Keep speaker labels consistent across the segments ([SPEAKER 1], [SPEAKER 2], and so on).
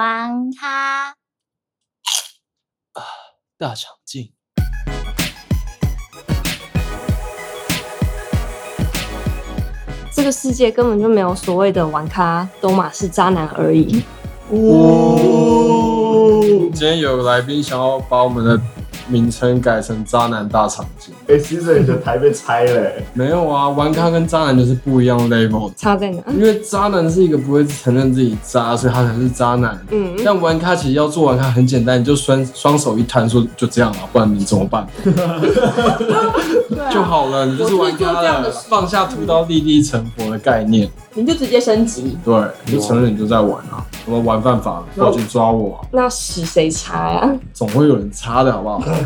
[SPEAKER 1] 玩咖。
[SPEAKER 2] 大长今。
[SPEAKER 3] 这个世界根本就没有所谓的玩咖，都马是渣男而已。
[SPEAKER 4] 哦，
[SPEAKER 2] 今天有来宾想要把我们的名称改成“渣男大长今
[SPEAKER 4] 哎、其实你的台被拆了、欸”，
[SPEAKER 2] 没有啊，玩咖跟渣男就是不一样 level 的。
[SPEAKER 3] 差在啊哪？
[SPEAKER 2] 因为渣男是一个不会承认自己渣，所以他才是渣男。
[SPEAKER 3] 嗯，
[SPEAKER 2] 但玩咖其实要做玩咖很简单，你就双双手一摊说就这样啊，不然你怎么办？
[SPEAKER 5] 对啊
[SPEAKER 2] 就，好了，你就是玩咖
[SPEAKER 5] 我可以做这样
[SPEAKER 2] 了
[SPEAKER 5] 的，
[SPEAKER 2] 放下屠刀立地成佛的概念。
[SPEAKER 5] 你就直接升级。
[SPEAKER 2] 对，你就承认你就在玩啊，什么玩犯法，报警抓我、啊，
[SPEAKER 3] 那屎谁擦呀？
[SPEAKER 2] 总会有人插的好不好？
[SPEAKER 3] 不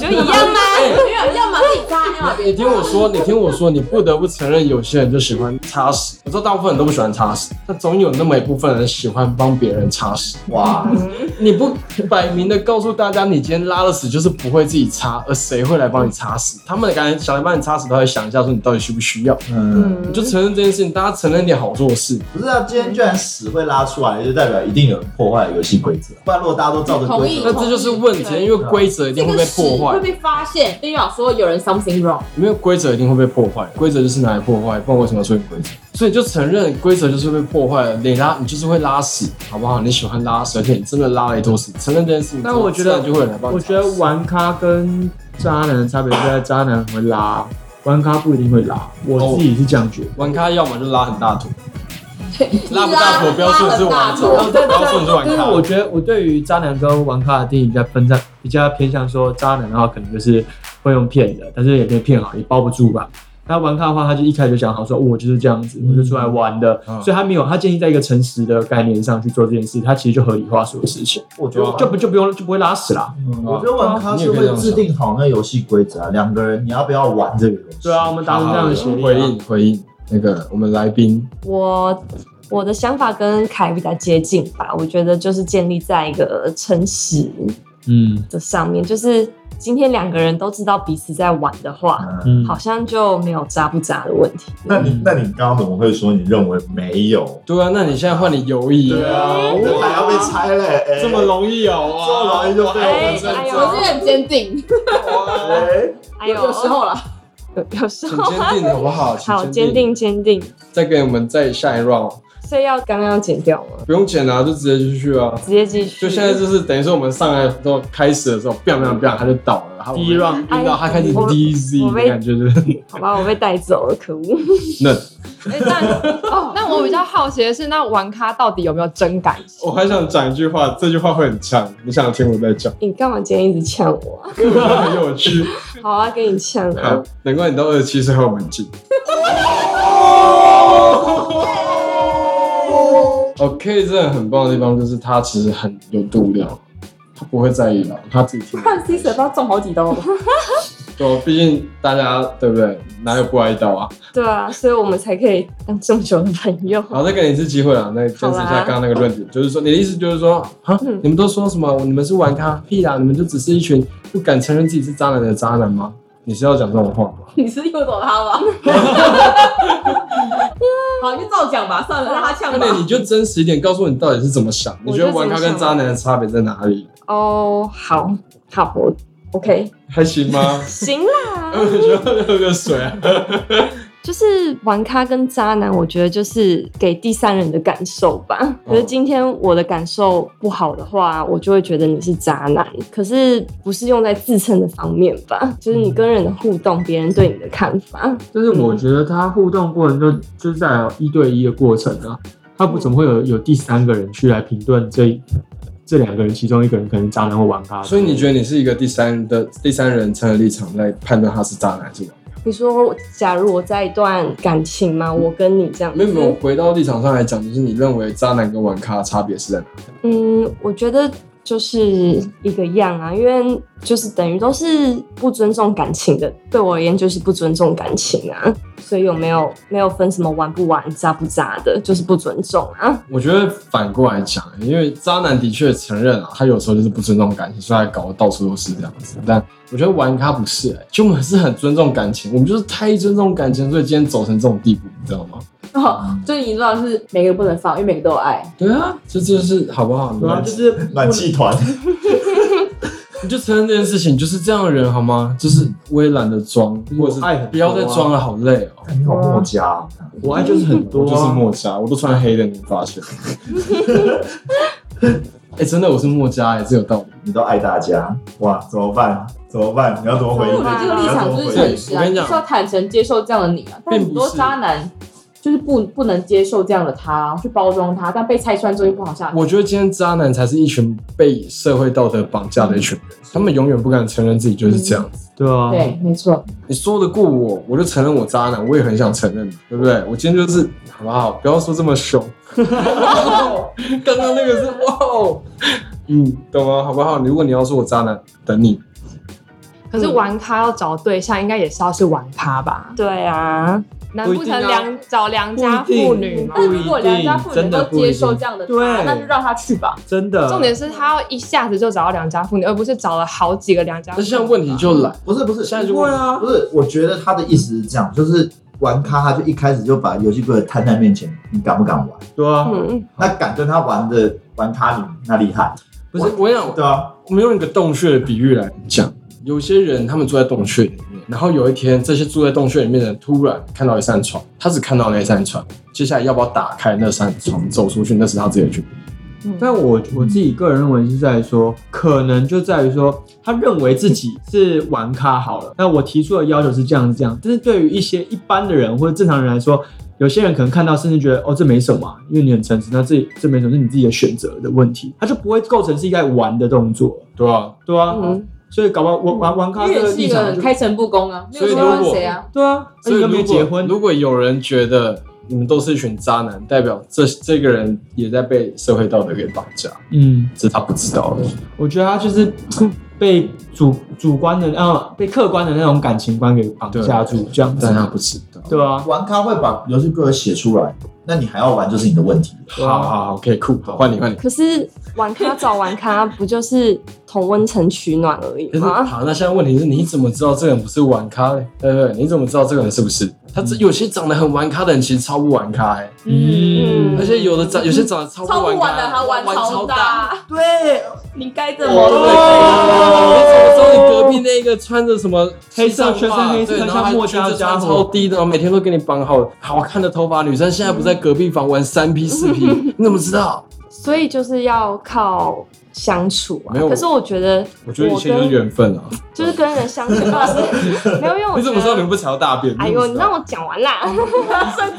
[SPEAKER 3] 就一样吗？
[SPEAKER 5] 哎没有，要么自己抓，要么
[SPEAKER 2] 你听我说，你听我说，你不得不承认，有些人就喜欢擦屎。我知道大部分人都不喜欢擦屎，但总有那么一部分人喜欢帮别人擦屎。
[SPEAKER 4] 哇，
[SPEAKER 2] 你不摆明的告诉大家，你今天拉了屎就是不会自己擦，而谁会来帮你擦屎？他们感觉想来帮你擦屎，他会想一下说你到底需不需要。
[SPEAKER 4] 嗯，
[SPEAKER 2] 你就承认这件事情，大家承认一点好做的事。
[SPEAKER 3] 嗯
[SPEAKER 4] 不是啊，今天居然屎会拉出来，就代表一定有人破坏游戏规则，不然如果大家都照着规
[SPEAKER 2] 那
[SPEAKER 4] 则
[SPEAKER 5] 同
[SPEAKER 4] 走，
[SPEAKER 2] 这就是问题，因为规则一定会被破
[SPEAKER 5] 会
[SPEAKER 2] 坏，
[SPEAKER 5] 被发现，代表说有人 something wrong。
[SPEAKER 2] 因为规则一定会被破坏，规则就是拿来破坏，不然为什么要出现规则？所以你就承认规则就是被破坏了，你拉你就是会拉屎，好不好？你喜欢拉屎，而且你真的拉了一坨屎，承认这件事情之后，
[SPEAKER 6] 但我觉得
[SPEAKER 2] 自然就会有人来帮你
[SPEAKER 6] 我
[SPEAKER 2] 擦屎。
[SPEAKER 6] 觉得玩咖跟渣男的差别就在渣男很会拉，玩咖不一定会拉。我自己是这样觉得。
[SPEAKER 2] 玩咖要么就拉很大坨，拉不大坨不要说你是玩咖，
[SPEAKER 6] 哦
[SPEAKER 5] 拉很
[SPEAKER 2] 不要说你是玩
[SPEAKER 6] 但是
[SPEAKER 2] 咖。
[SPEAKER 6] 我觉得我对于渣男跟玩咖的定义比较分在比较偏向说渣男的话，可能就是会用骗的，但是也可以骗好，也包不住吧。那玩咖的话，他就一开始就讲好说，哦我就是这样子，我就出来玩的，
[SPEAKER 2] 嗯
[SPEAKER 6] 所以他没有他建立在一个诚实的概念上去做这件事，他其实就合理化所有事情，
[SPEAKER 4] 我觉
[SPEAKER 2] 啊
[SPEAKER 4] 得
[SPEAKER 6] 就不就不用就不会拉屎啦。
[SPEAKER 4] 嗯我觉得玩咖是会制定好那游戏规则啊，两个人你要不要玩这个游戏？
[SPEAKER 6] 对啊，我们达成这样的协议、啊。
[SPEAKER 2] 回应回应那个我们来宾，
[SPEAKER 3] 我我的想法跟凯比较接近吧，我觉得就是建立在一个诚实
[SPEAKER 6] 嗯
[SPEAKER 3] 的上面，就是今天两个人都知道彼此在玩的话，
[SPEAKER 4] 嗯。
[SPEAKER 6] 嗯，
[SPEAKER 3] 好像就没有渣不渣的问题。
[SPEAKER 4] 那你那你刚刚怎么会说你认为没有？
[SPEAKER 2] 对啊，那你现在换你犹疑，
[SPEAKER 4] 啊，我还要被拆嘞、欸
[SPEAKER 2] 这么容易哦，哇
[SPEAKER 4] 这么容易就被
[SPEAKER 3] 哎哎呦
[SPEAKER 5] 我是很坚定，
[SPEAKER 2] 哇
[SPEAKER 4] 哎
[SPEAKER 3] 哎呦，
[SPEAKER 5] 啊有时候啦，
[SPEAKER 3] 有有时
[SPEAKER 2] 请
[SPEAKER 3] 候
[SPEAKER 2] 坚定好不好？请
[SPEAKER 3] 好坚定坚定，
[SPEAKER 2] 再给我们再下一 round，
[SPEAKER 3] 所以要刚刚要剪掉吗？
[SPEAKER 2] 不用剪啊，就直接继续啊。
[SPEAKER 3] 直接继续。
[SPEAKER 2] 就现在就是等于说我们上来之后开始的时候，biang biang biang，他就倒了，然后
[SPEAKER 6] 第一 round
[SPEAKER 2] 听到他开始
[SPEAKER 3] 哎我
[SPEAKER 2] DZ
[SPEAKER 3] 我
[SPEAKER 2] 的
[SPEAKER 3] 被
[SPEAKER 2] 感觉就是
[SPEAKER 3] 好吧，我被带走了，可恶！
[SPEAKER 2] 嫩。
[SPEAKER 7] 哎、但 哦，那我比较好奇的是，那玩咖到底有没有真感情？
[SPEAKER 2] 我还想讲一句话，这句话会很呛，你想听我再 讲，
[SPEAKER 3] 你干嘛今天一直呛我、啊？
[SPEAKER 2] 因为我觉得很有趣。
[SPEAKER 3] 好啊，跟你呛啊
[SPEAKER 2] 好！，难怪你到二十七岁还有门禁。OK，真的哦很棒的地方就是他其实很有度量，他不会在意的，他自己听。
[SPEAKER 5] 看 C 水不知道中好几刀吧。
[SPEAKER 2] 对，毕竟大家对不对？哪有不挨刀啊？
[SPEAKER 3] 对啊，所以我们才可以当这么久的朋友。
[SPEAKER 2] 好，再给你一次机会啊！那坚持一
[SPEAKER 3] 好
[SPEAKER 2] 下
[SPEAKER 3] 啊
[SPEAKER 2] 刚刚那个论点，就是说你的意思就是说，啊
[SPEAKER 3] 嗯，
[SPEAKER 2] 你们都说什么？你们是玩咖屁啊啦！你们就只是一群不敢承认自己是渣男的渣男吗？你是要讲这种话吗？
[SPEAKER 5] 你是诱导他 吧？好，你就照讲吧，算了，让他呛吧
[SPEAKER 2] 那。你就真实一点，告诉我你到底是怎么想？你
[SPEAKER 3] 我
[SPEAKER 2] 觉
[SPEAKER 3] 就
[SPEAKER 2] 得玩咖跟渣男的差别在哪里？
[SPEAKER 3] 哦，好，好，我 OK，？
[SPEAKER 2] 还行吗
[SPEAKER 3] 行啦。
[SPEAKER 2] 我觉得喝个水啊。
[SPEAKER 3] 就是玩咖跟渣男，我觉得就是给第三人的感受吧。可是今天我的感受不好的话，我就会觉得你是渣男。可是不是用在自称的方面吧？就是你跟人的互动，别人对你的看法。
[SPEAKER 6] 就是我觉得他互动过程中，就是在有一对一的过程啊，他不怎么会有有第三个人去来评论这这两个人其中一个人可能渣男或玩咖，
[SPEAKER 2] 所以你觉得你是一个第三的第三人称的立场来判断他是渣男是吗？
[SPEAKER 3] 你说，假如我在一段感情嘛，我跟你这样
[SPEAKER 2] 没有没有，
[SPEAKER 3] 子，
[SPEAKER 2] 回到立场上来讲，就是你认为渣男跟玩咖的差别是在哪？
[SPEAKER 3] 嗯，我觉得就是一个样啊，因为就是等于都是不尊重感情的，对我而言就是不尊重感情啊，所以有没有没有分什么玩不玩、渣不渣的，就是不尊重啊。
[SPEAKER 2] 我觉得反过来讲，因为渣男的确承认啊，他有时候就是不尊重感情，所以他搞得到处都是这样子。但我觉得玩咖不是、欸，就我们是很尊重感情，我们就是太尊重感情，所以今天走成这种地步，你知道吗？
[SPEAKER 5] 然后哦最近段是每个不能放，因为每个都有爱。
[SPEAKER 2] 对啊，这就是好不好？
[SPEAKER 6] 对啊，就是
[SPEAKER 4] 暖气团，
[SPEAKER 2] 你就承认这件事情，就是这样的人好吗？就是我也懒得装，或者是
[SPEAKER 6] 爱很多啊
[SPEAKER 2] 不要再装了，好累哦。
[SPEAKER 4] 你好墨家啊，
[SPEAKER 6] 我爱就是很多
[SPEAKER 2] 我
[SPEAKER 6] 啊，
[SPEAKER 2] 就是墨家，我都穿黑的，你没发 现？哎、真的我是墨家、哎，这有道理。
[SPEAKER 4] 你都爱大家，哇，怎么办？怎么办？你要怎么回
[SPEAKER 5] 所以
[SPEAKER 4] 应？
[SPEAKER 5] 我觉得这个立场就是
[SPEAKER 2] 对
[SPEAKER 5] 诚实啊，
[SPEAKER 2] 我跟你
[SPEAKER 5] 你就
[SPEAKER 2] 讲
[SPEAKER 5] 是要坦诚接受这样的你啊。但
[SPEAKER 2] 并不是
[SPEAKER 5] 很多渣男就是不不能接受这样的他，去包装他，但被拆穿之后又不好下台。
[SPEAKER 2] 我觉得今天渣男才是一群被社会道德绑架的一群人，他们永远不敢承认自己就是这样子。
[SPEAKER 6] 对啊，
[SPEAKER 5] 对，没错，
[SPEAKER 2] 你说得过我，我就承认我渣男，我也很想承认，对不对？我今天就是好不好？不要说这么凶。刚刚那个是哇哦，嗯，懂吗？好不好？如果你要说我渣男，等你。
[SPEAKER 7] 可
[SPEAKER 3] 嗯
[SPEAKER 7] 是玩咖要找对象，应该也是要是玩咖吧？
[SPEAKER 3] 对啊，
[SPEAKER 7] 难不成良找良家
[SPEAKER 6] 不一定
[SPEAKER 7] 妇女吗
[SPEAKER 5] 但？如果良家妇
[SPEAKER 6] 真
[SPEAKER 5] 女
[SPEAKER 6] 的
[SPEAKER 5] 能够
[SPEAKER 6] 不一定
[SPEAKER 5] 接受这样的他，
[SPEAKER 6] 对
[SPEAKER 5] 那就让他去吧。
[SPEAKER 6] 真的。
[SPEAKER 7] 重点是他要一下子就找到良家妇女，而不是找了好几个良家妇
[SPEAKER 2] 那
[SPEAKER 7] 女。
[SPEAKER 2] 现在问题就来，
[SPEAKER 4] 不是不是，
[SPEAKER 2] 现在就问啊
[SPEAKER 4] 不是，我觉得他的意思是这样，就是玩咖，他就一开始就把游戏规则摊在面前，你敢不敢玩？
[SPEAKER 6] 对啊，
[SPEAKER 3] 嗯，
[SPEAKER 4] 那敢跟他玩的玩咖你那厉害，
[SPEAKER 2] 不是我想，
[SPEAKER 4] 嗯对啊，
[SPEAKER 2] 我们用一个洞穴的比喻来讲，有些人他们住在洞穴里面，然后有一天这些住在洞穴里面的人突然看到一扇窗，他只看到那一扇窗，接下来要不要打开那扇窗走出去，那是他自己的决定。
[SPEAKER 5] 嗯
[SPEAKER 6] 但我我自己个人认为是在于说，可能就在于说，他认为自己是玩咖好了。那我提出的要求是这样这样，但是对于一些一般的人或者正常人来说，有些人可能看到甚至觉得哦这没什么啊、因为你很诚实，那这这没什么是你自己的选择的问题，他就不会构成是一个玩的动作，
[SPEAKER 2] 对啊，
[SPEAKER 6] 对啊。
[SPEAKER 3] 嗯
[SPEAKER 6] 所以搞不好玩玩玩咖
[SPEAKER 5] 因为
[SPEAKER 6] 这
[SPEAKER 5] 也
[SPEAKER 6] 个
[SPEAKER 5] 是一
[SPEAKER 6] 立
[SPEAKER 5] 个
[SPEAKER 6] 场就
[SPEAKER 5] 很开诚布公啊，没有
[SPEAKER 2] 所以
[SPEAKER 5] 说
[SPEAKER 2] 如
[SPEAKER 5] 问
[SPEAKER 2] 果
[SPEAKER 5] 谁啊。
[SPEAKER 6] 对啊，而
[SPEAKER 2] 所以
[SPEAKER 6] 且又
[SPEAKER 2] 如
[SPEAKER 6] 没
[SPEAKER 2] 果
[SPEAKER 6] 结婚，
[SPEAKER 2] 如果有人觉得你们都是一群渣男，代表这这个人也在被社会道德给绑架，
[SPEAKER 6] 嗯。
[SPEAKER 2] 只是他不知道而已。
[SPEAKER 6] 我觉得他就是被主主观的啊，被客观的那种感情观给绑架住，这样子
[SPEAKER 2] 但，他不知道。
[SPEAKER 6] 对啊，
[SPEAKER 4] 玩咖会把游戏规则写出来，那你还要玩就是你的问题。
[SPEAKER 6] 对
[SPEAKER 2] 好
[SPEAKER 6] 啊，
[SPEAKER 2] 好好，可以酷，好换你换你。
[SPEAKER 3] 可是玩咖找玩咖，不就是同温层取暖而已
[SPEAKER 2] 可是
[SPEAKER 3] 吗？
[SPEAKER 2] 好，那现在问题是，你怎么知道这个人不是玩咖嘞？对不对？你怎么知道这个人是不是？他这有些长得很玩咖的人，其实超不玩咖哎、
[SPEAKER 6] 嗯
[SPEAKER 3] 嗯
[SPEAKER 2] 而且有的长有些长得超
[SPEAKER 5] 超
[SPEAKER 2] 玩
[SPEAKER 5] 不
[SPEAKER 2] 咖
[SPEAKER 5] 玩
[SPEAKER 2] 欸，
[SPEAKER 5] 的，他玩超
[SPEAKER 2] 超大。
[SPEAKER 5] 大，
[SPEAKER 4] 对，
[SPEAKER 5] 你该怎
[SPEAKER 2] 对
[SPEAKER 5] 么？
[SPEAKER 2] 你怎么知道你隔壁那个穿着什么
[SPEAKER 6] 黑色全身黑色
[SPEAKER 2] 对然后
[SPEAKER 6] 像
[SPEAKER 2] 还
[SPEAKER 6] 墨家的家伙
[SPEAKER 2] 裙子穿超低的，然后每天都给你绑好好看的头发，女生现在不在隔壁房玩三 P 四 P，你怎么知道？
[SPEAKER 3] 所以就是要靠相处啊。
[SPEAKER 2] 没有
[SPEAKER 3] 可是我觉得，
[SPEAKER 2] 我觉得一切就是缘分啊！
[SPEAKER 3] 就是跟人相处， 就是没有用。
[SPEAKER 2] 你怎么知道你们不想要大便？
[SPEAKER 3] 哎呦，你让我讲完啦。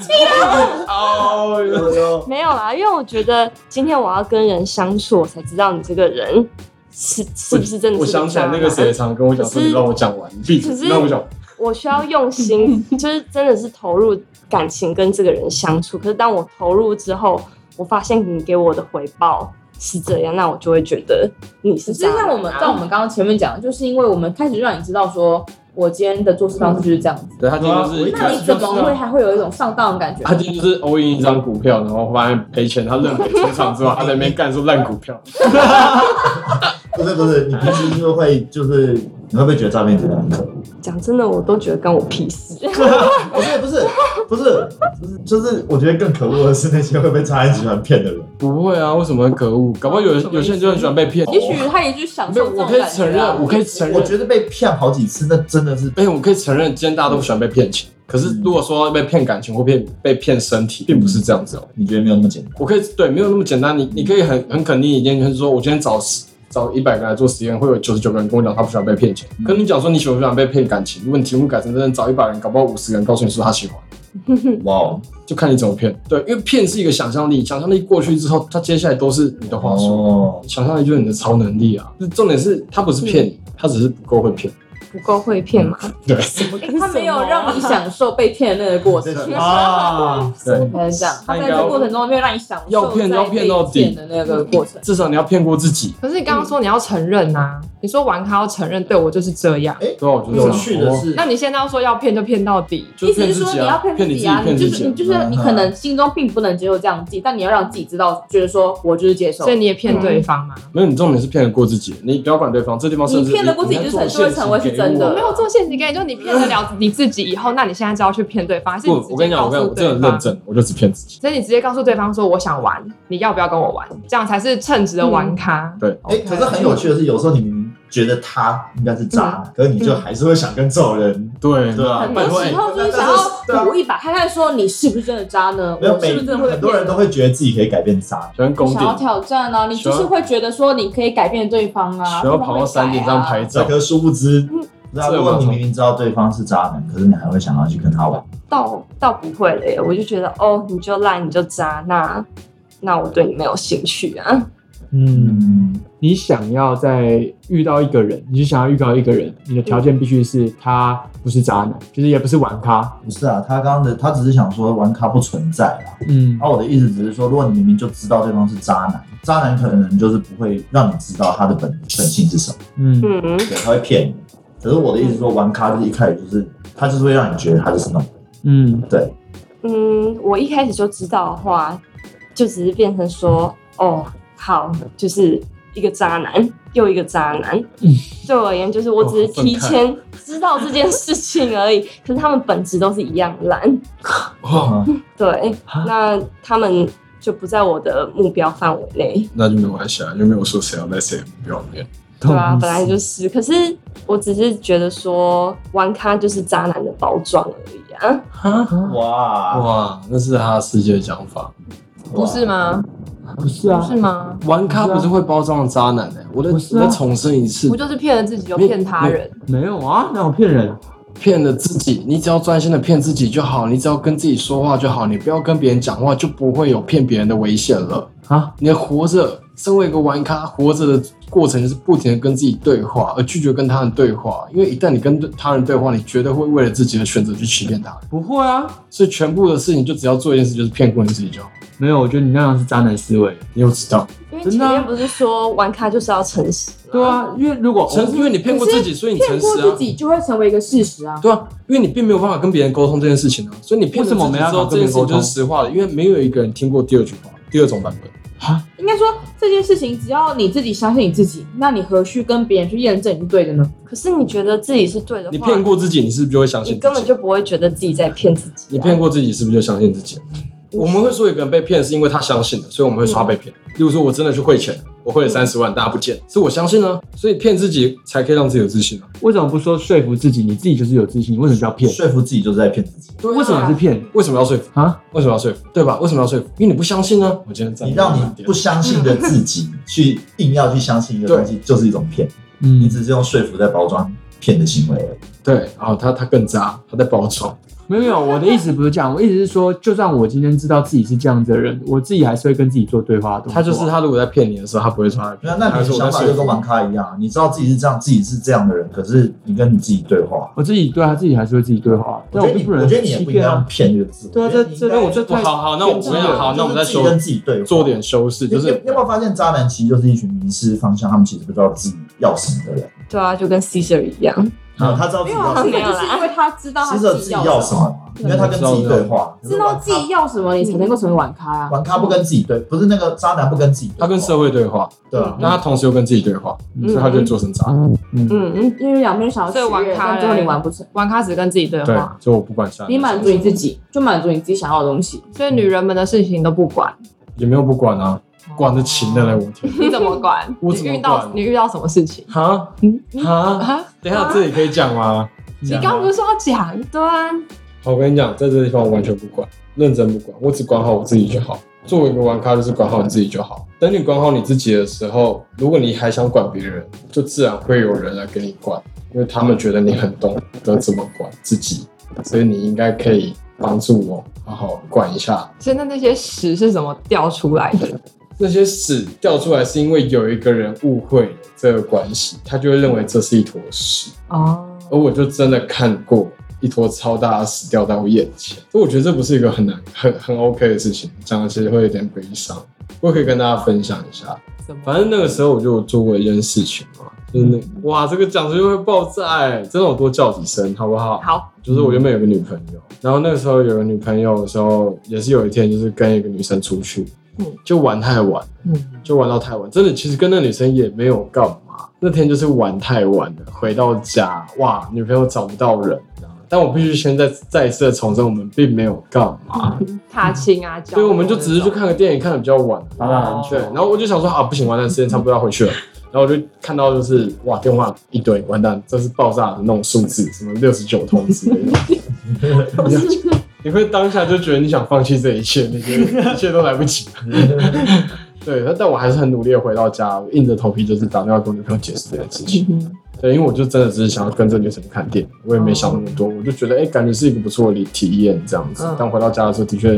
[SPEAKER 2] 哦，
[SPEAKER 3] 没有啦，因为我觉得今天我要跟人相处，我才知道你这个人是是不是真的是
[SPEAKER 2] 我想起来那个谁
[SPEAKER 3] 渣男
[SPEAKER 2] 常跟我讲说，
[SPEAKER 3] 可是
[SPEAKER 2] 你让我讲完，你闭嘴
[SPEAKER 3] 可，是
[SPEAKER 2] 让我讲。
[SPEAKER 3] 我需要用心， 就是真的是投入感情跟这个人相处。可是当我投入之后，我发现你给我的回报是这样，那我就会觉得你是
[SPEAKER 5] 只
[SPEAKER 3] 这样、
[SPEAKER 5] 是像我们，像我们刚刚前面讲的，就是因为我们开始让你知道说，我今天的做事方式就是这样子。
[SPEAKER 2] 对他今天就是一
[SPEAKER 5] 那
[SPEAKER 2] 开
[SPEAKER 5] 你
[SPEAKER 2] 始
[SPEAKER 5] 怎
[SPEAKER 2] 就
[SPEAKER 5] 么
[SPEAKER 2] 是
[SPEAKER 5] 会
[SPEAKER 2] 啊，
[SPEAKER 5] 还会有一种上当的感觉？
[SPEAKER 2] 他今天就是 all in 一张股票，然后发现赔钱，他认赔出场之后，他在那边干说烂股票。
[SPEAKER 4] 不是不是，你平时是不是会就是你会不会觉得诈骗集团很可
[SPEAKER 3] 讲真的，我都觉得跟我屁事。
[SPEAKER 4] 不是不是不是不是，就是我觉得更可恶的是那些会被诈骗集团骗的人。
[SPEAKER 2] 不会啊，为什么很可恶？搞不好有人有些人就很喜欢被骗。
[SPEAKER 5] 啊
[SPEAKER 2] 哦
[SPEAKER 5] 也许他也去享
[SPEAKER 2] 没有，
[SPEAKER 5] 受这
[SPEAKER 2] 我
[SPEAKER 5] 种
[SPEAKER 2] 可以
[SPEAKER 5] 感
[SPEAKER 2] 承
[SPEAKER 5] 觉啊
[SPEAKER 2] 认，我可以承
[SPEAKER 4] 我
[SPEAKER 2] 认，
[SPEAKER 4] 觉得被骗好几次，那真的是
[SPEAKER 2] 哎，我可以承认，今天大家都不喜欢被骗钱。可
[SPEAKER 5] 嗯
[SPEAKER 2] 是如果说被骗感情或骗被骗身体，并不是这样子哦。
[SPEAKER 4] 你觉得没有那么简单。
[SPEAKER 2] 我可以对，没有那么简单。你你可以很很肯定一件事，说我今天找十找一百个人来做实验，会有九十九个人跟我讲他不喜欢被骗钱。
[SPEAKER 5] 嗯
[SPEAKER 2] 跟你讲说你喜不喜欢被骗感情，问题目改成真正找一百人，搞不好五十个人告诉你说他喜欢，嗯
[SPEAKER 4] 哇哦，
[SPEAKER 2] 就看你怎么骗。对，因为骗是一个想象力，想象力过去之后，他接下来都是你的话术。
[SPEAKER 4] 哦，
[SPEAKER 2] 想象力就是你的超能力啊！重点是他不是骗你，他只是不够会骗。
[SPEAKER 3] 不够会骗吗？
[SPEAKER 2] 对
[SPEAKER 3] 什么跟什么啊
[SPEAKER 5] 他没有让你享受被骗的那个过程，
[SPEAKER 4] 哦
[SPEAKER 6] 啊，
[SPEAKER 2] 对，
[SPEAKER 5] 才是这样。他
[SPEAKER 2] 那
[SPEAKER 5] 在
[SPEAKER 2] 应该
[SPEAKER 5] 这个过程中没有让你享受
[SPEAKER 2] 要骗
[SPEAKER 5] 在
[SPEAKER 2] 要骗到
[SPEAKER 5] 被
[SPEAKER 2] 底
[SPEAKER 5] 的那个过程。
[SPEAKER 2] 至少你要骗过自己。
[SPEAKER 7] 可是你刚刚说你要承认啊，你说玩咖要承认，对我就是这样。
[SPEAKER 2] 对啊，我觉得
[SPEAKER 4] 有趣的是，
[SPEAKER 7] 那你现在要说要骗就骗到底，
[SPEAKER 2] 就是
[SPEAKER 5] 意思
[SPEAKER 2] 骗
[SPEAKER 5] 是
[SPEAKER 2] 自
[SPEAKER 5] 说
[SPEAKER 2] 己
[SPEAKER 5] 你要
[SPEAKER 2] 啊，
[SPEAKER 5] 骗
[SPEAKER 2] 骗你
[SPEAKER 5] 己
[SPEAKER 2] 己
[SPEAKER 5] 啊，你
[SPEAKER 2] 骗
[SPEAKER 5] 就
[SPEAKER 2] 自
[SPEAKER 5] 是你
[SPEAKER 2] 己，
[SPEAKER 5] 就是你可能心中并不能接受这样自己，但你要让自己知道，觉得说我就是接受
[SPEAKER 7] 所以。你也骗对方嘛？
[SPEAKER 2] 没有，你重点是骗得过自己，你不要管对方，这地方甚至
[SPEAKER 5] 你骗得过自己
[SPEAKER 2] 你在
[SPEAKER 5] 就是
[SPEAKER 2] 做
[SPEAKER 5] 就会成为是
[SPEAKER 2] 陷阱
[SPEAKER 5] 真的
[SPEAKER 2] 给我
[SPEAKER 7] 我没有做陷阱给你，就你骗得了你自己以后，那你现在就要去骗对方，还是你
[SPEAKER 2] 不，
[SPEAKER 7] 直
[SPEAKER 2] 我跟
[SPEAKER 7] 接
[SPEAKER 2] 你讲，
[SPEAKER 7] 告
[SPEAKER 2] 我跟你讲，
[SPEAKER 7] 诉
[SPEAKER 2] 我真
[SPEAKER 7] 对
[SPEAKER 2] 的认
[SPEAKER 7] 方？
[SPEAKER 2] 真，我就只骗自己。
[SPEAKER 7] 所以你直接告诉对方说我想玩，你要不要跟我玩？这样才是称职的玩咖。
[SPEAKER 2] 嗯
[SPEAKER 7] 哦
[SPEAKER 2] 对，
[SPEAKER 4] 哎、可是很有趣的是，有时候你明明觉得他应该是渣，可是你就还是会想跟这种人，
[SPEAKER 2] 对
[SPEAKER 4] 对吧？
[SPEAKER 5] 嗯很多时
[SPEAKER 3] 嗯
[SPEAKER 5] 候就是
[SPEAKER 4] 啊
[SPEAKER 5] 想要赌一把，看看说你是不是真的渣呢？
[SPEAKER 4] 没有
[SPEAKER 5] 我
[SPEAKER 4] 每
[SPEAKER 5] 是不是真的会被
[SPEAKER 4] 很多人都会觉得自己可以改变渣，
[SPEAKER 2] 喜欢拱
[SPEAKER 5] 想要
[SPEAKER 2] 顶，
[SPEAKER 5] 挑战啊？你就是会觉得说你可以改变对方啊，
[SPEAKER 2] 喜欢跑到山顶上拍
[SPEAKER 5] 对方会改啊
[SPEAKER 4] 这
[SPEAKER 2] 照，
[SPEAKER 4] 可是殊啊不知，那
[SPEAKER 2] 这有
[SPEAKER 4] 如果
[SPEAKER 2] 吗
[SPEAKER 4] 你明明知道对方是渣男，可是你还会想要去跟他玩，
[SPEAKER 3] 倒倒不会了耶，我就觉得哦，你就烂，你就渣，那那我对你没有兴趣啊。
[SPEAKER 6] 嗯，
[SPEAKER 4] 嗯，
[SPEAKER 6] 你想要在遇到一个人，你就想要遇到一个人，你的条件必须是他不是渣男，就是也不是玩咖。
[SPEAKER 4] 不是啊，他刚刚的他只是想说玩咖不存在啦。
[SPEAKER 6] 嗯
[SPEAKER 4] 那、我的意思只是说，如果你明明就知道对方是渣男，渣男可能就是不会让你知道他的本本性是什么，
[SPEAKER 6] 嗯
[SPEAKER 3] 嗯，
[SPEAKER 4] 对，他会骗你。可是我的意思说，玩咖就是一开始就是他就是会让你觉得他就是那种人，
[SPEAKER 6] 嗯
[SPEAKER 4] 对。
[SPEAKER 3] 嗯，我一开始就知道的话，就只是变成说，哦，好，就是一个渣男，又一个渣男。
[SPEAKER 6] 嗯哦
[SPEAKER 3] 对我而言，就是我只是提前知道这件事情 而已。可是他们本质都是一样烂。
[SPEAKER 2] 哇，
[SPEAKER 3] 对，
[SPEAKER 6] 啊
[SPEAKER 3] 那他们就不在我的目标范围内，
[SPEAKER 2] 那就没关系啊，又没有说谁要在谁的目标里面。
[SPEAKER 3] 对
[SPEAKER 6] 懂
[SPEAKER 3] 啊
[SPEAKER 6] 意，思
[SPEAKER 3] 本来就是。可是我只是觉得说，玩咖就是渣男的包装而已啊。
[SPEAKER 6] 啊
[SPEAKER 4] 哇
[SPEAKER 2] 哇，那是他的世界想法。
[SPEAKER 4] 啊
[SPEAKER 7] 不是吗？
[SPEAKER 6] 不是
[SPEAKER 7] 不
[SPEAKER 6] 啊，
[SPEAKER 7] 是吗？
[SPEAKER 2] 玩咖不是会包装的渣男哎、我的
[SPEAKER 6] 不是啊
[SPEAKER 2] 我再重申一次
[SPEAKER 7] 不，就是骗了自己又骗他人？
[SPEAKER 6] 没有啊，那我骗人。
[SPEAKER 2] 骗了自己，你只要专心的骗自己就好，你只要跟自己说话就好，你不要跟别人讲话，就不会有骗别人的危险了。
[SPEAKER 6] 啊，
[SPEAKER 2] 你活着，身为一个玩咖，活着的过程就是不停的跟自己对话，而拒绝跟他人对话，因为一旦你跟他人对话，你绝对会为了自己的选择去欺骗他人。
[SPEAKER 6] 不会啊，
[SPEAKER 2] 所以全部的事情就只要做一件事，就是骗过你自己就好。
[SPEAKER 6] 没有，我觉得你那样是渣男思维。
[SPEAKER 2] 你有知道？
[SPEAKER 3] 因为
[SPEAKER 6] 真
[SPEAKER 3] 前
[SPEAKER 6] 的啊
[SPEAKER 3] 面不是说玩咖就是要诚实吗？
[SPEAKER 6] 对啊，因为如果
[SPEAKER 2] 诚实，因为你骗过自己，所以你诚
[SPEAKER 5] 骗过
[SPEAKER 2] 实
[SPEAKER 5] 自
[SPEAKER 2] 啊。
[SPEAKER 5] 己就会成为一个事实啊。
[SPEAKER 2] 对啊，因为你并没有办法跟别人沟通这件事情啊，所以你骗
[SPEAKER 6] 为什么
[SPEAKER 2] 了自己
[SPEAKER 6] 没办
[SPEAKER 2] 之
[SPEAKER 6] 法
[SPEAKER 2] 后
[SPEAKER 6] 跟
[SPEAKER 2] 这
[SPEAKER 6] 别
[SPEAKER 2] 件事
[SPEAKER 6] 人
[SPEAKER 2] 情
[SPEAKER 6] 沟
[SPEAKER 2] 就
[SPEAKER 6] 通
[SPEAKER 2] 是实话的，因为没有一个人听过第二句话，第二种版本。
[SPEAKER 5] 应该说这件事情，只要你自己相信你自己，那你何须跟别人去验证你是对的呢？
[SPEAKER 3] 可是你觉得自己是对的话，
[SPEAKER 2] 你骗过自己，你是不是就会相信
[SPEAKER 3] 你
[SPEAKER 2] 自
[SPEAKER 3] 根
[SPEAKER 2] 己？
[SPEAKER 3] 本就不会觉得自己在骗自己、啊。
[SPEAKER 2] 你骗过自己，是不是就相信自己？我们会说有个人被骗，是因为他相信了，所以我们会说他被骗。例如说，我真的去汇钱，我汇了三十万，大家不见，是我相信啊，所以骗自己才可以让自己有自信啊。
[SPEAKER 6] 为什么不说说服自己？你自己就是有自信，你为什么要骗？
[SPEAKER 4] 说服自己就是在骗自己，
[SPEAKER 2] 对
[SPEAKER 6] 为什么是骗
[SPEAKER 2] 为什么要说服？
[SPEAKER 6] 啊？
[SPEAKER 2] 为什么要说服？对吧？为什么要说服？因为你不相信啊。我今天站
[SPEAKER 4] 你让你不相信的自己去硬要去相信一个东西，就是一种骗。你
[SPEAKER 6] 嗯，
[SPEAKER 4] 只是用说服在包装骗的行为而已。
[SPEAKER 2] 对，然后他他更渣，他在包装。
[SPEAKER 6] 没有没有，我的意思不是这样，我意思是说，就算我今天知道自己是这样子的人，我自己还是会跟自己做对话的动作。
[SPEAKER 2] 他就是，他，如果在骗你的时候，他不会说他在
[SPEAKER 4] 那
[SPEAKER 2] 骗。
[SPEAKER 4] 那你
[SPEAKER 2] 他
[SPEAKER 4] 的
[SPEAKER 2] 说我在
[SPEAKER 4] 想法
[SPEAKER 2] 说
[SPEAKER 4] 就
[SPEAKER 2] 服
[SPEAKER 4] 跟网咖一样，你知道自己是这样，自己是这样的人，可是你跟你自己对话，
[SPEAKER 6] 我自己对他自己还是会自己对话，
[SPEAKER 4] 我
[SPEAKER 6] 但
[SPEAKER 4] 觉得
[SPEAKER 6] 我并
[SPEAKER 4] 你，
[SPEAKER 6] 能
[SPEAKER 4] 我觉得你也
[SPEAKER 6] 欺
[SPEAKER 4] 不应该
[SPEAKER 6] 骗
[SPEAKER 4] 用
[SPEAKER 6] 啊。
[SPEAKER 4] 骗这个字。
[SPEAKER 6] 对啊，这这
[SPEAKER 4] 个
[SPEAKER 6] 个我这
[SPEAKER 2] 不
[SPEAKER 6] 太
[SPEAKER 2] 好好，那我
[SPEAKER 6] 偏
[SPEAKER 2] 们
[SPEAKER 6] 激
[SPEAKER 2] 要
[SPEAKER 6] 了
[SPEAKER 2] 好，那我们再
[SPEAKER 4] 自己
[SPEAKER 2] 修
[SPEAKER 4] 跟自己对话，
[SPEAKER 2] 做点修饰，
[SPEAKER 4] 你。
[SPEAKER 2] 就
[SPEAKER 4] 你
[SPEAKER 2] 是
[SPEAKER 4] 你有没有发现，渣男其实就是一群迷失方向，他们其实不知道自己要什么的
[SPEAKER 2] 嗯
[SPEAKER 4] 人。
[SPEAKER 3] 对啊，就跟 Caesar 一样。
[SPEAKER 4] 然后他知道自己要
[SPEAKER 5] 他
[SPEAKER 4] 什么，
[SPEAKER 5] 根本就是因为他知道他
[SPEAKER 4] 其实
[SPEAKER 5] 自
[SPEAKER 4] 自
[SPEAKER 5] 己
[SPEAKER 4] 己
[SPEAKER 5] 要
[SPEAKER 4] 要
[SPEAKER 5] 什
[SPEAKER 4] 什
[SPEAKER 5] 么，
[SPEAKER 4] 么嘛，
[SPEAKER 5] 啊
[SPEAKER 4] 因为他跟自己对话，
[SPEAKER 5] 知道自己要什么，你才能够成为玩咖啊。
[SPEAKER 4] 玩咖不跟自己对，不是那个渣男不跟自己对话，
[SPEAKER 2] 他跟社会对话，
[SPEAKER 4] 对啊，
[SPEAKER 2] 那他同时又跟自己对话，所以他就会做成渣。
[SPEAKER 3] 嗯，
[SPEAKER 5] 因为两边想要取
[SPEAKER 7] 所以玩
[SPEAKER 5] 悦，
[SPEAKER 7] 咖
[SPEAKER 5] 但最后你玩不成，
[SPEAKER 7] 玩咖只跟自己对
[SPEAKER 2] 对
[SPEAKER 7] 话，，
[SPEAKER 2] 就我不管下面
[SPEAKER 5] 你满足你自己，就满足你自己想要的东西。
[SPEAKER 7] 所以女人们的事情都 不管，
[SPEAKER 2] 也没有不管啊，管得勤的嘞，我天。
[SPEAKER 7] 你怎么管？
[SPEAKER 2] 我
[SPEAKER 7] 你
[SPEAKER 2] 怎么
[SPEAKER 7] 遇到
[SPEAKER 2] 管
[SPEAKER 7] 你遇到什么事情？
[SPEAKER 2] 哈哈，
[SPEAKER 7] 啊？
[SPEAKER 2] 等一下这里可以讲啊吗？
[SPEAKER 7] 你刚不是说要讲？
[SPEAKER 3] 对啊，
[SPEAKER 2] 好，我跟你讲，在这地方我完全不管，认真不管，我只管好我自己就好。作为一个玩咖，就是管好你自己就好。等你管好你自己的时候，如果你还想管别人，就自然会有人来给你管，因为他们觉得你很懂得怎么管自己，所以你应该可以帮助我好好管一下
[SPEAKER 7] 所以那那些屎是怎么掉出来的？
[SPEAKER 2] 那些屎掉出来是因为有一个人误会了这个关系，他就会认为这是一坨屎，
[SPEAKER 7] 哦，
[SPEAKER 2] 而我就真的看过一坨超大的屎掉在我眼前，所以我觉得这不是一个很难、很很 OK 的事情，讲的其实会有点悲伤。我可以跟大家分享一下，
[SPEAKER 7] 怎么？
[SPEAKER 2] 反正那个时候我就有做过一件事情嘛，真
[SPEAKER 7] 嗯
[SPEAKER 2] 的，哇，这个讲出去会爆炸哎、真的我多叫几声好不好？
[SPEAKER 7] 好，嗯
[SPEAKER 2] 就是我原本有个女朋友，然后那个时候有个女朋友的时候，也是有一天就是跟一个女生出去，
[SPEAKER 7] 嗯
[SPEAKER 2] 就玩太晚，
[SPEAKER 7] 嗯，
[SPEAKER 2] 就玩到太晚，真的其实跟那女生也没有干嘛，那天就是玩太晚了，回到家，哇，女朋友找不到人啊，但我必须先再再一次的重申，我们并没有干
[SPEAKER 7] 嗯
[SPEAKER 2] 嘛，
[SPEAKER 7] 踏青啊，
[SPEAKER 2] 嗯所以我们就只是去看个电影，看的比较晚，
[SPEAKER 7] 嗯
[SPEAKER 4] 打打篮
[SPEAKER 2] 对
[SPEAKER 4] 球，，
[SPEAKER 2] 然后我就想说啊，不行，完蛋，时间差不多要回去了。然后我就看到就是哇，电话一堆，完蛋，这是爆炸的那种数字，什么六十九通之类的。你你会当下就觉得你想放弃这一切，你觉得一切都来不及。 对，但但我还是很努力的回到家，我硬着头皮就是打电话跟我女朋友解释这件事情。对，因为我就真的只是想要跟这女生看电影，我也没想那么多，我就觉得哎、感觉是一个不错的体验这样子
[SPEAKER 7] 嗯。
[SPEAKER 2] 但回到家的时候，的确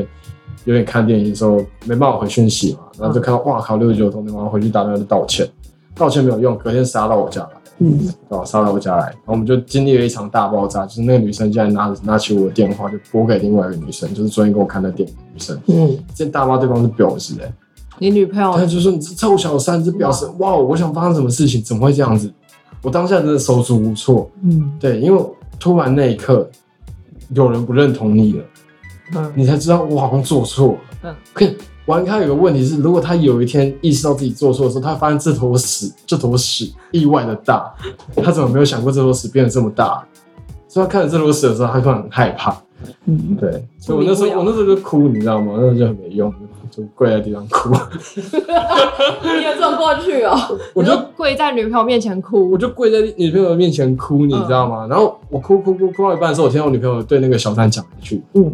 [SPEAKER 2] 有点看电影的时候没办法回讯息嘛，然后就看到哇靠，六十九通电话，回去打电话就道歉，道歉没有用，隔天杀到我家来，
[SPEAKER 5] 嗯，
[SPEAKER 2] 然后杀到我家来，然后我们就经历了一场大爆炸，就是那个女生竟然拿拿起我的电话就拨给另外一个女生，就是昨天跟我看的电影的女生，
[SPEAKER 7] 嗯，
[SPEAKER 2] 这大妈对方是婊子哎、
[SPEAKER 7] 你女朋
[SPEAKER 2] 他
[SPEAKER 7] 友
[SPEAKER 2] 就说你是臭小三，这表示哇，我想发生什么事情，怎么会这样子？我当下真的手足无措，
[SPEAKER 7] 嗯
[SPEAKER 2] 对，因为突然那一刻，有人不认同你了，
[SPEAKER 7] 嗯
[SPEAKER 2] 你才知道我好像做错了。
[SPEAKER 7] 嗯
[SPEAKER 2] 嗯，可以玩咖有个问题是，如果他有一天意识到自己做错的时候，他发现这坨屎，这坨屎意外的大，他怎么没有想过这坨屎变得这么大？所以他看着这坨屎的时候，他突然很害怕。
[SPEAKER 7] 嗯，
[SPEAKER 2] 对，所以我那时候我那时候就哭，你知道吗？那时候就很没用，就跪在地上哭。
[SPEAKER 5] 你有这种过去哦？
[SPEAKER 2] 我
[SPEAKER 7] 你
[SPEAKER 2] 就
[SPEAKER 7] 就跪在女朋友面前
[SPEAKER 2] 我
[SPEAKER 7] 哭，
[SPEAKER 2] 就跪在女朋友面前哭，
[SPEAKER 7] 嗯
[SPEAKER 2] 你知道吗？然后我哭哭哭哭到一半的时候，我听到我女朋友对那个小三讲了一句，
[SPEAKER 7] 嗯，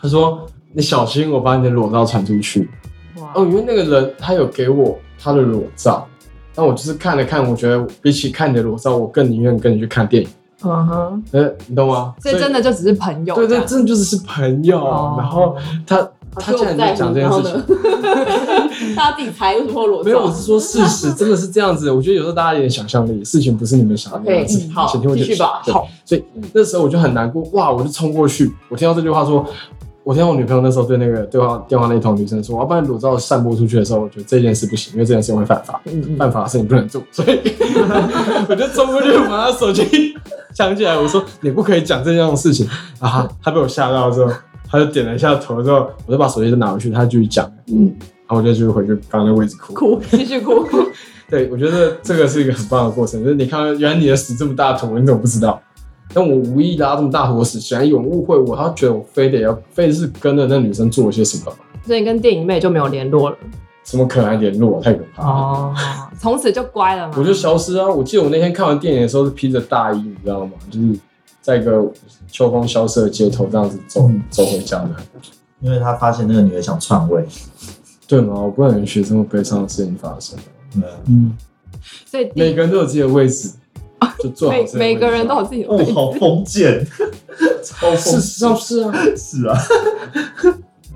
[SPEAKER 2] 她说：“你小心，我把你的裸照传出去。”
[SPEAKER 7] 哇
[SPEAKER 2] 哦，因为那个人他有给我他的裸照，但我就是看了看，我觉得比起看你的裸照，我更宁愿跟你去看电影。
[SPEAKER 7] 嗯哼，
[SPEAKER 2] 呃，你懂吗？
[SPEAKER 7] 所以真的就只是朋友，
[SPEAKER 2] 对
[SPEAKER 7] 这
[SPEAKER 2] 对，
[SPEAKER 7] 样
[SPEAKER 2] 真的就是是朋友。
[SPEAKER 7] 哦
[SPEAKER 2] 然后他他竟然在讲这件事情，
[SPEAKER 5] 情，大家自己猜为什么会裸照？
[SPEAKER 2] 没有，我是说事实，真的是这样子。我觉得有时候大家有点想象力，事情不是你们想象的
[SPEAKER 5] OK，
[SPEAKER 2] 样子
[SPEAKER 5] 嗯。好
[SPEAKER 2] 请听我解
[SPEAKER 5] 继续
[SPEAKER 2] 释。
[SPEAKER 5] 吧
[SPEAKER 2] 对，所以那时候我就很难过，哇！我就冲过去，我听到这句话说。我听到我女朋友那时候对那个对话电话那一头女生说，我要把你裸照散播出去的时候，我觉得这件事不行，因为这件事情会犯法。
[SPEAKER 7] 嗯嗯，
[SPEAKER 2] 办法的事情不能做，所以 我就冲过去把他手机 抢起来，我说你不可以讲这样的事情啊！他被我吓到之后，他就点了一下头之后，我就把手机就拿回去，他继续讲，嗯，然后我就继续回去刚刚那个位置哭。
[SPEAKER 7] 哭， 继续 哭，
[SPEAKER 2] 对，我觉得这个是一个很棒的过程，就是你看到原来你的屎这么大坨，你怎么不知道？但我无意拉这么大坨屎，显然有人误会我，他觉得我非得要非得是跟着那女生做了些什么，
[SPEAKER 7] 所以你跟电影妹就没有联络了，
[SPEAKER 2] 什么可爱联络，啊太可怕了。
[SPEAKER 7] 哦， 从此就乖了嘛，
[SPEAKER 2] 我就消失啊！我记得我那天看完电影的时候是披着大衣，你知道吗？就是在一个秋风萧瑟的街头这样子走、
[SPEAKER 4] 嗯
[SPEAKER 2] 走回家的，
[SPEAKER 4] 因为他发现那个女的想篡位，
[SPEAKER 2] 对吗？我不能允许这么悲伤的事情发生。
[SPEAKER 4] 嗯，
[SPEAKER 6] 嗯，
[SPEAKER 7] 所以
[SPEAKER 2] 每
[SPEAKER 7] 第
[SPEAKER 2] 个人都有自己的位置，就做好
[SPEAKER 7] 每
[SPEAKER 2] 自己的
[SPEAKER 7] 哦每
[SPEAKER 2] 位置啊
[SPEAKER 7] 个人都有自己的位
[SPEAKER 4] 哦，
[SPEAKER 7] 置，
[SPEAKER 4] 好封建，超封
[SPEAKER 2] 是
[SPEAKER 4] 建，
[SPEAKER 2] 是啊是啊，
[SPEAKER 4] 是啊，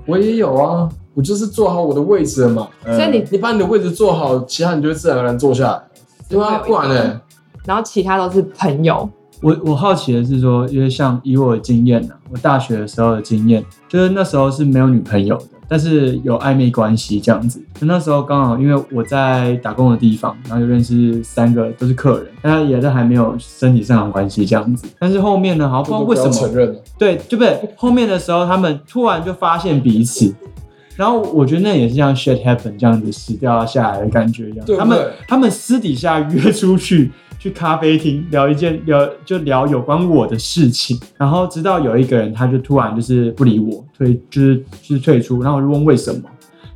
[SPEAKER 2] 我也有啊，我就是做好我的位置了嘛。
[SPEAKER 7] 所以你
[SPEAKER 2] 你把你的位置做好，其他人就会自然而然坐下来。对啊，不然呢？
[SPEAKER 7] 然后其他都是朋友，
[SPEAKER 6] 我我好奇的是说，因为像以我的经验呢、我大学的时候的经验，就是那时候是没有女朋友的，但是有暧昧关系这样子。那时候刚好因为我在打工的地方，然后就认识三个都是客人，大家也都还没有身体上的关系这样子。但是后面呢，好像不知道
[SPEAKER 2] 我
[SPEAKER 6] 为
[SPEAKER 2] 就
[SPEAKER 6] 什
[SPEAKER 2] 不要
[SPEAKER 6] 么
[SPEAKER 2] 承，认了？
[SPEAKER 6] 对，就被后面的时候，他们突然就发现彼此，然后我觉得那也是像 shit happen 这样子死掉下来的感觉一样。
[SPEAKER 2] 对不
[SPEAKER 6] 他们
[SPEAKER 2] 对
[SPEAKER 6] 他们私底下约出去去咖啡厅聊一件聊就聊有关我的事情，然后直到有一个人他就突然就是不理我，退就是就是退出，然后我就问为什么。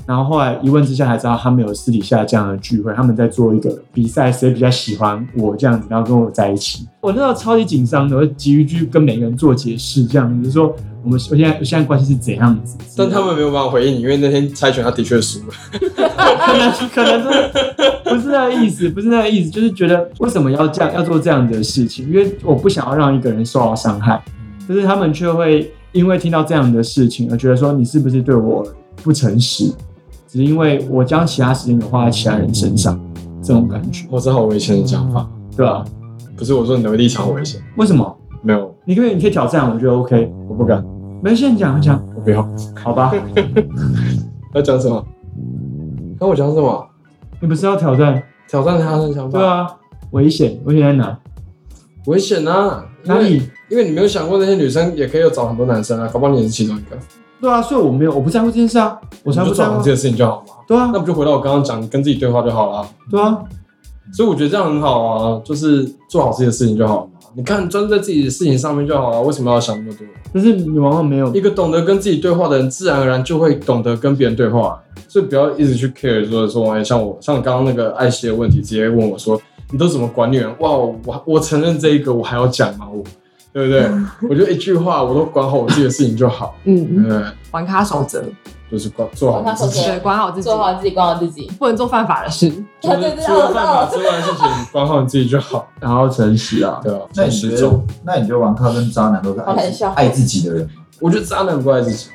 [SPEAKER 6] 然后后来一问之下才知道，他们有私底下这样的聚会，他们在做一个比赛，谁比较喜欢我这样子，然后跟我在一起。我那时候超级紧张的，我急于去跟每个人做解释，这样子就说我们我现在我现在关系是怎样子。
[SPEAKER 2] 但他们没有办法回应你，因为那天猜拳他的确输了。
[SPEAKER 6] 可能可能是不是那个意思，不是那个意思，就是觉得为什么要这样要做这样的事情？因为我不想要让一个人受到伤害，但是他们却会因为听到这样的事情而觉得说你是不是对我不诚实，只是因为我将其他时间都花在其他人身上，这种感觉，
[SPEAKER 2] 我这好危险的讲法，
[SPEAKER 6] 对吧、
[SPEAKER 2] 不是我说你的立场好危险，
[SPEAKER 6] 为什么？
[SPEAKER 2] 嗯没有，
[SPEAKER 6] 你可以你可以挑战，我觉得 OK，
[SPEAKER 2] 我不敢，
[SPEAKER 6] 没事，你讲你讲，
[SPEAKER 2] 我不要。
[SPEAKER 6] 好吧？
[SPEAKER 2] 要讲什么？那我讲什么？
[SPEAKER 6] 你不是要挑战？
[SPEAKER 2] 挑战他的想法。
[SPEAKER 6] 对，啊，危险，危险在哪？
[SPEAKER 2] 危险啊！因
[SPEAKER 6] 哪
[SPEAKER 2] 为
[SPEAKER 6] 里？
[SPEAKER 2] 因为你没有想过那些女生也可以有找很多男生啊，搞不好你也是其中一个。
[SPEAKER 6] 对啊，所以我没有，我不在乎这件事啊，我才
[SPEAKER 2] 你
[SPEAKER 6] 不
[SPEAKER 2] 就
[SPEAKER 6] 在
[SPEAKER 2] 做好
[SPEAKER 6] 乎
[SPEAKER 2] 这。件事情就好嘛。
[SPEAKER 6] 对啊
[SPEAKER 2] 那，不就回到我刚刚讲，跟自己对话就好了。
[SPEAKER 6] 对啊，
[SPEAKER 2] 所以我觉得这样很好啊，就是做好自己的事情就好了嘛。你看，专注在自己的事情上面就好了，啊为什么要想那么多？
[SPEAKER 6] 但是你往往没有
[SPEAKER 2] 一个懂得跟自己对话的人，自然而然就会懂得跟别人对话，所以不要一直去 care 说说，哎，像我像刚刚那个艾希的问题，直接问我说，你都怎么管女人？哇，我我承认这一个，我还要讲吗？我对不对？我觉得一句话，我都管好我自己的事情就好，
[SPEAKER 7] 嗯，
[SPEAKER 2] 对，
[SPEAKER 7] 玩咖守则，
[SPEAKER 2] 就是管做好自己，
[SPEAKER 5] 对
[SPEAKER 7] 对，管好自己
[SPEAKER 5] 做，好自己，管好自己。
[SPEAKER 7] 不能做犯法的事。
[SPEAKER 2] 就
[SPEAKER 5] 对
[SPEAKER 2] 是
[SPEAKER 5] 对哦
[SPEAKER 2] 除了
[SPEAKER 5] 对，
[SPEAKER 2] 犯法之外的事情，管好你自己就好，
[SPEAKER 6] 然后诚实啊，
[SPEAKER 2] 对吧？
[SPEAKER 4] 那你
[SPEAKER 2] 始
[SPEAKER 4] 觉
[SPEAKER 2] 终
[SPEAKER 4] 得，那你觉得王咖跟渣男都是
[SPEAKER 5] 好
[SPEAKER 4] 爱
[SPEAKER 5] 很
[SPEAKER 4] 自
[SPEAKER 5] 笑
[SPEAKER 4] 爱自己的人吗？
[SPEAKER 2] 我觉得渣男不爱自己，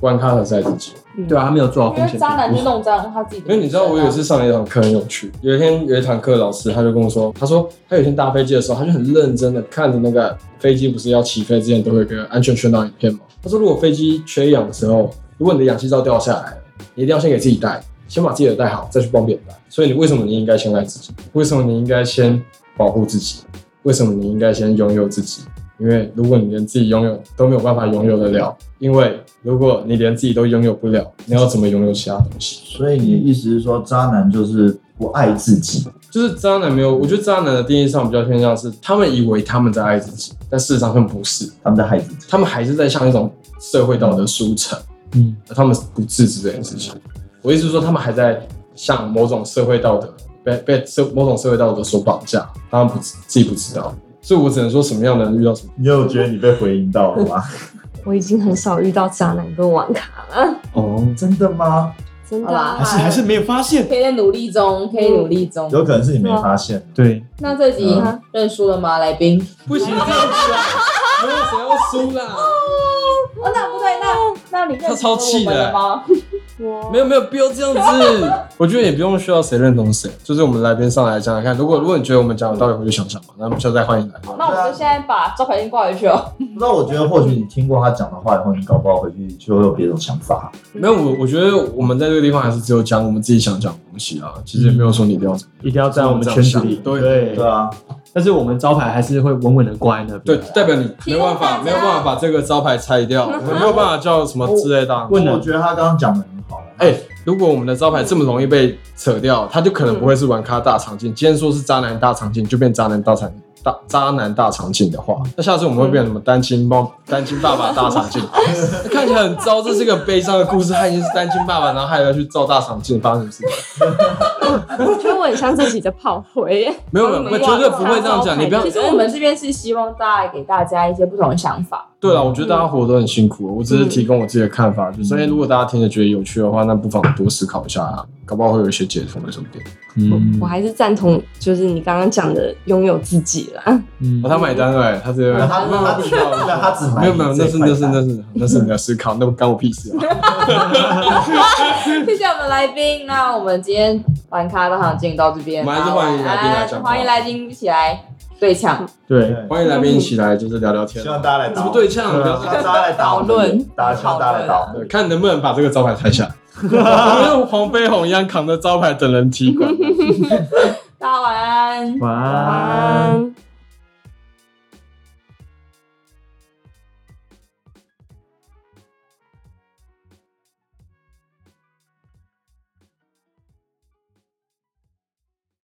[SPEAKER 2] 管他的是爱自己。
[SPEAKER 6] 对啊，他没有做好
[SPEAKER 5] 因
[SPEAKER 6] 风
[SPEAKER 5] 为
[SPEAKER 6] 险
[SPEAKER 5] 渣男
[SPEAKER 6] 评
[SPEAKER 5] 就
[SPEAKER 6] 估。
[SPEAKER 5] 弄脏他自己的人生啊。
[SPEAKER 2] 因为你知道，我有一次上了一堂课很有趣。有一天有一堂课，老师他就跟我说，他说他有一天搭飞机的时候，他就很认真的看着那个飞机，不是要起飞之前都会有一个安全宣导影片吗？他说，如果飞机缺氧的时候，如果你的氧气罩掉下来了，你一定要先给自己戴，先把自己的戴好，再去帮别人戴。所以你为什么你应该先爱自己？为什么你应该先保护自己？为什么你应该先拥有自己？因为如果你连自己拥有都没有办法拥有得了，因为如果你连自己都拥有不了，你要怎么拥有其他东西？
[SPEAKER 4] 所以你的意思是说，渣男就是不爱自己？
[SPEAKER 2] 就是渣男没有，我觉得渣男的定义上比较偏向是，他们以为他们在爱自己，但事实上他们不是，
[SPEAKER 4] 他们在害自己。
[SPEAKER 2] 他们还是在向一种社会道德输诚，
[SPEAKER 6] 嗯，
[SPEAKER 2] 而他们不自知这件事情。我意思是说，他们还在向某种社会道德被被社某种社会道德所绑架，他们不自自己不知道，所以我只能说什么样的人遇到什么。
[SPEAKER 4] 你有觉得你被回应到了吗？
[SPEAKER 3] 我已经很少遇到渣男跟网咖，
[SPEAKER 6] 哦，
[SPEAKER 4] 真的吗？
[SPEAKER 3] 真的、
[SPEAKER 5] 好啦
[SPEAKER 3] 啊
[SPEAKER 6] 还。是还是没有发现。
[SPEAKER 5] 可以在努力中，可以努力中。
[SPEAKER 2] 嗯
[SPEAKER 4] 有可能是你没发现。
[SPEAKER 6] 对，
[SPEAKER 5] 那这集
[SPEAKER 3] 嗯
[SPEAKER 5] 认输了吗，来宾？
[SPEAKER 2] 不行这样啊讲，没有谁要输啦，
[SPEAKER 5] 哦，那不对，那那你认
[SPEAKER 2] 他超气的
[SPEAKER 5] 输我们了吗？
[SPEAKER 3] 我
[SPEAKER 2] 没有没有必要这样子。我觉得也不用需要谁认同谁，就是我们来宾上来讲讲看。如果如果你觉得我们讲的道理，回去想想嘛，那我们下次再欢迎来
[SPEAKER 4] 嗯
[SPEAKER 2] 宾。
[SPEAKER 5] 啊那我们就现在把招牌先挂回去哦。
[SPEAKER 4] 啊那我觉得或许你听过他讲的话以后，你搞不好回去就会有别种想法。
[SPEAKER 2] 没有，我我觉得我们在这个地方还是只有讲我们自己想讲的东西啊，其实也没有说你一定要怎么样。
[SPEAKER 6] 一定要在我们圈子里。
[SPEAKER 2] 对
[SPEAKER 6] 对
[SPEAKER 4] 对啊，
[SPEAKER 6] 但是我们招牌还是会稳稳的挂在那边。
[SPEAKER 2] 对，代表你没有办法，没有办法把这个招牌拆掉，我们没有办法叫什么之类的啊。
[SPEAKER 6] 不能
[SPEAKER 4] 我觉得他刚刚讲的很好。
[SPEAKER 2] 哎、如果我们的招牌这么容易被扯掉，它就可能不会是玩咖大场景。今天说是渣男大场景，就变渣男大场大渣男大场景的话，那下次我们会变成什么单亲爸单亲爸爸大场 景？那看起来很糟，这是个悲伤的故事。他已经是单亲爸爸，然后还要去造大场景，发生什么事情？
[SPEAKER 3] 我觉得我很像自己的炮灰耶。
[SPEAKER 2] 没有没有，我绝对不会这样讲。你不要
[SPEAKER 5] 啊其实我们这边是希望大家给大家一些不同的想 法。
[SPEAKER 2] 对了，我觉得大家活得都很辛苦，我只是提供我自己的看法，就是，哎，如果大家听着觉得有趣的话，那不妨多思考一下啊，搞不好会有一些解脱，说不定。
[SPEAKER 6] 嗯
[SPEAKER 3] 我还是赞同，就是你刚刚讲的拥有自己啦。
[SPEAKER 6] 嗯
[SPEAKER 2] 哦，他买单了，他直接买
[SPEAKER 4] 他
[SPEAKER 2] 单，
[SPEAKER 4] 他他只他只买
[SPEAKER 2] 没有没有，
[SPEAKER 4] 这
[SPEAKER 2] 嗯那
[SPEAKER 4] 一
[SPEAKER 2] 是
[SPEAKER 4] 块
[SPEAKER 2] 那是那
[SPEAKER 4] 蛋
[SPEAKER 2] 是那是你的思考，那干我屁事啊！
[SPEAKER 5] 谢谢我们来宾，那我们今天玩咖大场进到这边，
[SPEAKER 2] 我们还是欢迎来宾来讲话
[SPEAKER 5] 欢迎来宾一起来对抢。
[SPEAKER 6] 对，
[SPEAKER 4] 对
[SPEAKER 2] 欢迎来宾一起来，就是聊聊天啊
[SPEAKER 4] 希，望大家来
[SPEAKER 2] 怎
[SPEAKER 4] 打
[SPEAKER 2] 么
[SPEAKER 4] 我，
[SPEAKER 2] 对呛？
[SPEAKER 4] 对啊希望大家来打我们
[SPEAKER 7] 讨论
[SPEAKER 4] 大家希望大家来打我们
[SPEAKER 2] 对，看能不能把这个招牌拆下来，跟黄飞鸿一样扛着招牌等人踢馆。
[SPEAKER 5] 大家晚安。
[SPEAKER 6] 晚
[SPEAKER 3] 晚
[SPEAKER 6] 安。
[SPEAKER 3] 安。